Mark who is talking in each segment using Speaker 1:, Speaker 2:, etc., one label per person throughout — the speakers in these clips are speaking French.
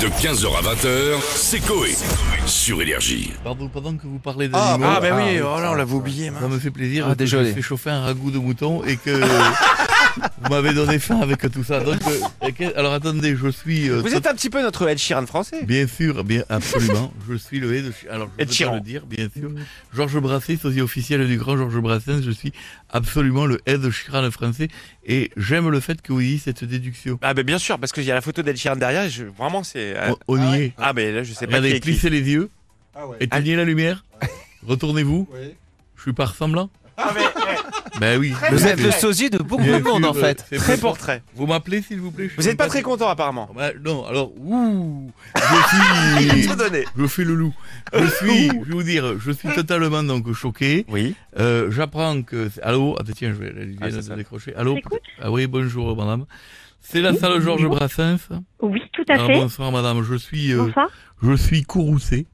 Speaker 1: De 15h à 20h, c'est Coé. Sur Énergie.
Speaker 2: Pardon, pendant que vous parlez
Speaker 3: Ah,
Speaker 2: d'animaux,
Speaker 3: bah,
Speaker 4: Ah
Speaker 3: oui,
Speaker 4: oui,
Speaker 3: oh
Speaker 4: ça,
Speaker 3: là, on l'avait
Speaker 4: ça.
Speaker 3: oublié. mince.
Speaker 2: ça me fait plaisir
Speaker 4: Ah,
Speaker 2: que je
Speaker 4: désolé.
Speaker 2: fais chauffer un ragoût de mouton et que vous m'avez donné faim avec tout ça. Donc, euh, et que- alors attendez, je suis... euh,
Speaker 4: Vous êtes un petit peu notre Ed Sheeran français.
Speaker 2: Bien sûr, bien absolument. je suis le Ed. Sheeran. Alors, je
Speaker 4: Ed
Speaker 2: peux
Speaker 4: Sheeran.
Speaker 2: pas le dire, bien sûr. Georges Brassens, sosie officiel du grand Georges Brassens, je suis absolument le Ed Sheeran français et j'aime le fait que vous ayez cette déduction.
Speaker 4: Ah ben bien sûr, parce qu'il y a la photo d'Ed Sheeran derrière. et je- Vraiment, c'est. euh,
Speaker 2: On, on y est.
Speaker 4: Ah ben là, je sais pas qui
Speaker 2: Regardez,
Speaker 4: est qui.
Speaker 2: plissez les yeux,
Speaker 5: Ah ouais.
Speaker 2: éteignez la lumière, retournez-vous.
Speaker 5: Oui.
Speaker 2: Je suis pas ressemblant
Speaker 4: Ah, mais, eh,
Speaker 2: Ben oui.
Speaker 3: Vous
Speaker 2: Bien
Speaker 3: êtes le sosie de beaucoup
Speaker 2: sûr,
Speaker 3: de monde en
Speaker 2: euh,
Speaker 3: fait.
Speaker 2: c'est
Speaker 4: très
Speaker 2: pour-
Speaker 4: portrait.
Speaker 2: Vous m'appelez s'il vous plaît. je suis
Speaker 4: Vous n'êtes pas
Speaker 2: même
Speaker 4: très content apparemment.
Speaker 2: Bah, non, alors, ouh, je suis,
Speaker 4: Tout donné.
Speaker 2: je fais le loup. Je suis, je vais vous dire, je suis totalement donc choqué.
Speaker 4: Oui.
Speaker 2: Euh, j'apprends que. c'est- Allô Ah, tiens, je vais elle vient
Speaker 4: Ah, c'est
Speaker 2: de
Speaker 4: ça.
Speaker 2: décrocher. Allô
Speaker 6: J'écoute.
Speaker 2: Ah oui, bonjour, madame. C'est la salle Georges
Speaker 6: bonjour.
Speaker 2: Brassens.
Speaker 6: Oui, tout à
Speaker 2: Alors,
Speaker 6: fait.
Speaker 2: bonsoir, madame. Je suis, Ah, euh,
Speaker 6: Bonsoir.
Speaker 2: je suis courroucé.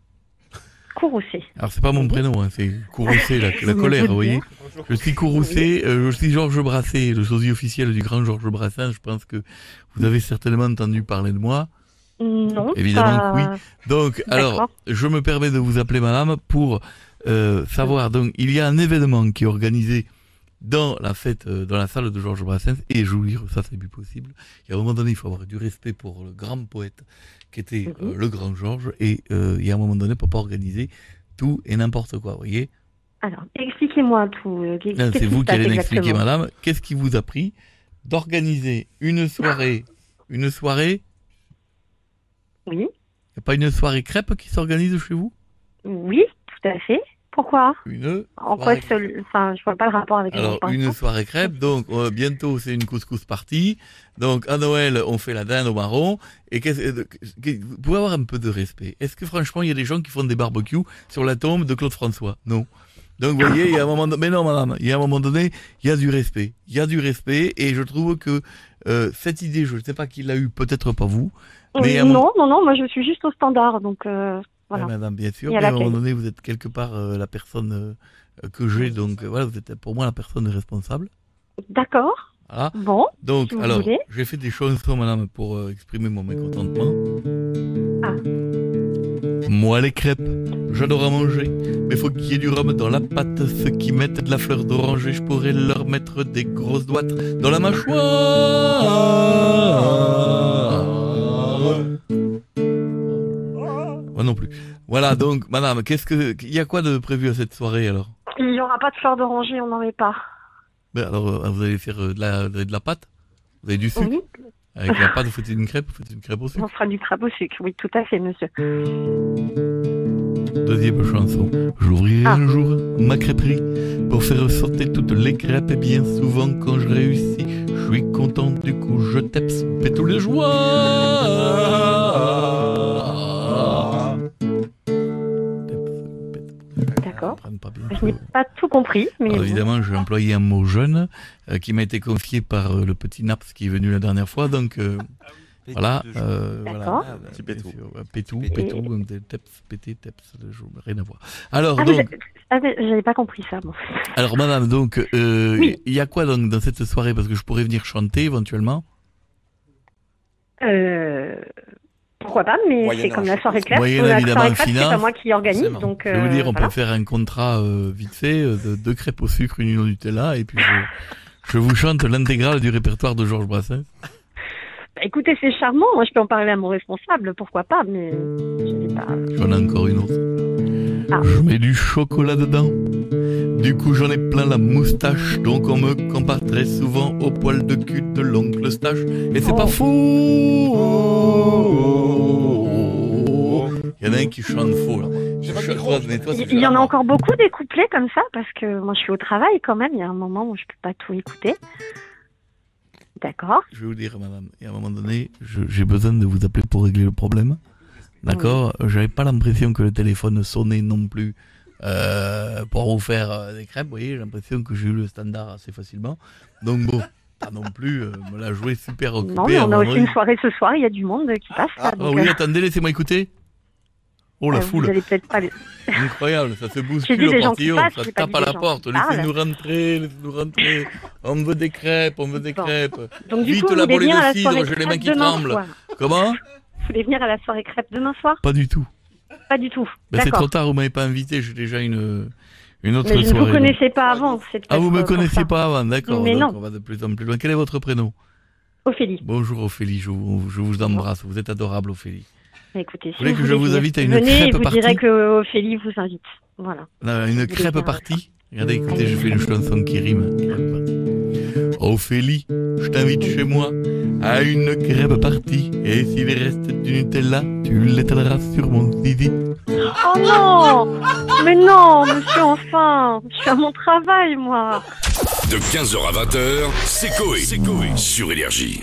Speaker 6: Courroucé.
Speaker 2: Alors, c'est pas mon prénom, hein, c'est courroucé, la, la colère, vous voyez. Je suis courroucé, euh, je suis Georges Brassens, le sosie officiel du grand Georges Brassens. Je pense que vous avez certainement entendu parler de moi.
Speaker 6: Non.
Speaker 2: Évidemment que
Speaker 6: pas-
Speaker 2: Donc, alors,
Speaker 6: D'accord.
Speaker 2: je me permets de vous appeler madame pour euh, savoir. Donc, il y a un événement qui est organisé dans la fête, euh, dans la salle de Georges Brassens, et je vous livre ça, c'est plus possible. Il y a un moment donné, il faut avoir du respect pour le grand poète qui était euh, le grand Georges, et euh, il y a un moment donné, on peut pas organiser tout et n'importe quoi, vous voyez
Speaker 6: Alors, expliquez-moi tout. euh, qu'est-
Speaker 2: Là,
Speaker 6: qu'est-ce
Speaker 2: C'est
Speaker 6: qui
Speaker 2: vous
Speaker 6: se
Speaker 2: qui
Speaker 6: passe
Speaker 2: allez l'expliquer,
Speaker 6: exactement
Speaker 2: madame. Qu'est-ce qui vous a pris d'organiser une soirée, une soirée,
Speaker 6: Oui.
Speaker 2: il n'y a pas une soirée crêpe qui s'organise chez vous
Speaker 6: Oui, tout à fait. Pourquoi
Speaker 2: Une
Speaker 6: En
Speaker 2: Soirée
Speaker 6: quoi seul Enfin, je vois pas le rapport avec hein.
Speaker 2: Alors,
Speaker 6: le rapport.
Speaker 2: une soirée crêpe, donc euh, bientôt c'est une couscous partie. Donc à Noël, on fait la dinde au marron. Et qu'est-ce- euh, qu'est- vous pouvez avoir un peu de respect. Est-ce que franchement, il y a des gens qui font des barbecues sur la tombe de Claude François Non. Donc vous voyez, il y a un moment donné, mais non madame, il y a un moment donné, il y a du respect. Il y a du respect et je trouve que euh, cette idée, je ne sais pas qui l'a eu, peut-être pas vous. hein, mais à
Speaker 6: non,
Speaker 2: mon-
Speaker 6: non, non, moi je suis juste au standard, donc euh, voilà.
Speaker 2: Ouais, madame, bien sûr.
Speaker 6: Et à
Speaker 2: mais à un
Speaker 6: l'accueil.
Speaker 2: moment donné, vous êtes quelque part euh, la personne euh, que j'ai. Donc euh, voilà, vous êtes pour moi la personne responsable. Ah.
Speaker 6: D'accord.
Speaker 2: Voilà.
Speaker 6: Bon.
Speaker 2: Donc,
Speaker 6: Si vous
Speaker 2: alors,
Speaker 6: voulez.
Speaker 2: j'ai fait des chansons, madame, pour euh, exprimer mon mécontentement.
Speaker 6: Ah.
Speaker 2: Moi, les crêpes, j'adore à manger. Mais faut qu'il y ait du rhum dans la pâte. Ceux qui mettent de la fleur d'oranger, je pourrais leur mettre des grosses doigtes dans la mâchoire. Moi non plus. Voilà, donc, madame, qu'est-ce que. Il y a quoi de prévu à cette soirée alors
Speaker 6: Il y aura pas de fleur d'oranger, on n'en met pas.
Speaker 2: Ben, Alors, euh, vous allez faire euh, de la, de la pâte Vous avez du sucre
Speaker 6: Oui,
Speaker 2: avec la pâte, vous faites une crêpe, vous faites une crêpe au
Speaker 6: on
Speaker 2: sucre.
Speaker 6: fera du crabe au sucre. Oui, tout à fait, monsieur.
Speaker 2: Euh, Deuxième chanson. J'ouvrirai
Speaker 6: Ah.
Speaker 2: un jour ma crêperie pour faire sauter toutes les crêpes. Et bien souvent, quand je réussis, je suis content. Du coup, je tape et tous les joies.
Speaker 6: D'accord.
Speaker 2: Prenne pas bien.
Speaker 6: Je n'ai pas tout compris, mais
Speaker 2: Alors, évidemment, j'ai employé un mot jeune euh, qui m'a été confié par euh, le petit Naps qui est venu la dernière fois. Donc, euh, Voilà, euh,
Speaker 6: D'accord.
Speaker 2: voilà.
Speaker 4: Petit pétou.
Speaker 2: Bien sûr, ouais, Pétou,
Speaker 3: Petit
Speaker 6: pétou.
Speaker 2: pétou, donc des teps, pété, teps, le jour, rien à voir. Alors,
Speaker 6: ah, vous
Speaker 2: donc,
Speaker 6: avez- ah, mais j'avais pas compris ça. Bon.
Speaker 2: alors madame, donc, euh, il
Speaker 6: Oui.
Speaker 2: y a quoi donc dans cette soirée Parce que je pourrais venir chanter éventuellement.
Speaker 6: Euh, pourquoi pas, mais
Speaker 4: Moyennant,
Speaker 6: c'est comme la soirée claire.
Speaker 2: Moyennant,
Speaker 6: la
Speaker 2: évidemment,
Speaker 6: soirée claire, c'est
Speaker 2: finance.
Speaker 6: pas moi qui organise,
Speaker 3: Forcément.
Speaker 6: donc.
Speaker 2: je vais
Speaker 6: euh,
Speaker 2: vous dire, on
Speaker 6: voilà.
Speaker 2: peut faire un contrat euh, vite fait euh, de deux crêpes au sucre, une au Nutella, et puis je, je vous chante l'intégrale du répertoire de Georges Brassens.
Speaker 6: Bah, écoutez, c'est charmant. Moi, je peux en parler à mon responsable, pourquoi pas, mais je n'ai pas.
Speaker 2: J'en ai encore une autre.
Speaker 6: Ah.
Speaker 2: Je mets du chocolat dedans. Du coup, j'en ai plein la moustache. Donc, on me compare très souvent au poil de cul de l'oncle Stache. Et c'est
Speaker 6: Oh.
Speaker 2: pas faux Il y en a un qui chante faux, là. Je- toi, mais toi, c'est
Speaker 6: Il il y en a
Speaker 2: vraiment-
Speaker 6: encore beaucoup des couplets comme ça, parce que moi, je suis au travail quand même. Il y a un moment où je peux pas tout écouter. D'accord.
Speaker 2: Je vais vous dire, madame, et à un moment donné, je- j'ai besoin de vous appeler pour régler le problème. D'accord J'avais pas l'impression que le téléphone sonnait non plus euh, pour vous faire euh, des crêpes. Vous voyez, j'ai l'impression que j'ai eu le standard assez facilement. Donc bon, pas non plus euh, me la jouer super occupée.
Speaker 6: Non, mais
Speaker 2: à un
Speaker 6: on a
Speaker 2: moment
Speaker 6: aussi une
Speaker 2: donné.
Speaker 6: soirée ce soir. Il y a du monde qui passe. là,
Speaker 2: Ah
Speaker 6: donc,
Speaker 2: oui,
Speaker 6: euh,
Speaker 2: attendez, laissez-moi écouter. Oh la
Speaker 6: euh, vous
Speaker 2: foule,
Speaker 6: allez peut-être pas. le-
Speaker 2: incroyable, ça se
Speaker 6: J'ai
Speaker 2: bouscule
Speaker 6: dit
Speaker 2: au
Speaker 6: les gens qui
Speaker 2: portillon,
Speaker 6: passent,
Speaker 2: ça
Speaker 6: j'ai pas
Speaker 2: tape
Speaker 6: dit
Speaker 2: à
Speaker 6: les
Speaker 2: la
Speaker 6: gens
Speaker 2: porte,
Speaker 6: qui parlent.
Speaker 2: laissez-nous rentrer, laissez-nous rentrer, on veut des crêpes, on veut des
Speaker 6: Bon.
Speaker 2: crêpes.
Speaker 6: Donc du
Speaker 2: Vite
Speaker 6: coup, vous
Speaker 2: la
Speaker 6: voulez
Speaker 2: bolée
Speaker 6: venir
Speaker 2: de
Speaker 6: à la
Speaker 2: cidre,
Speaker 6: soirée
Speaker 2: j'ai les
Speaker 6: crack
Speaker 2: mains qui
Speaker 6: demain
Speaker 2: tremblent.
Speaker 6: soir.
Speaker 2: Comment
Speaker 6: Vous voulez venir à la soirée crêpe demain soir
Speaker 2: Pas du tout.
Speaker 6: Pas du tout.
Speaker 2: Ben, c'est trop
Speaker 6: D'accord.
Speaker 2: tard, vous m'avez pas invité, j'ai déjà une, une autre
Speaker 6: Mais je ne
Speaker 2: soirée.
Speaker 6: vous
Speaker 2: donc.
Speaker 6: connaissais pas avant. c'est
Speaker 2: Ah, vous
Speaker 6: peut-être,
Speaker 2: me
Speaker 6: euh, pour
Speaker 2: connaissiez
Speaker 6: ça.
Speaker 2: pas avant, d'accord.
Speaker 6: Mais
Speaker 2: donc
Speaker 6: non.
Speaker 2: On va de plus en plus loin. Quel est votre prénom
Speaker 6: Ophélie.
Speaker 2: Bonjour Ophélie, je vous, je vous embrasse. Vous êtes adorable Ophélie.
Speaker 6: Écoutez, si
Speaker 2: voulez que je
Speaker 6: voulez
Speaker 2: vous
Speaker 6: venir,
Speaker 2: invite à une
Speaker 6: venez et
Speaker 2: crêpe
Speaker 6: vous direz
Speaker 2: partie
Speaker 6: que euh, Ophélie vous invite. Voilà.
Speaker 2: Là, une crêpe
Speaker 6: bien.
Speaker 2: partie. Regardez, écoutez, je fais une chanson qui rime. Ophélie, je t'invite chez moi à une crêpe partie. Et s'il reste du Nutella, tu l'étaleras sur mon zizi.
Speaker 6: Oh non Mais non, monsieur, enfin Je suis à mon travail, moi
Speaker 1: De 15h à 20h, c'est Coé. Sur Énergie.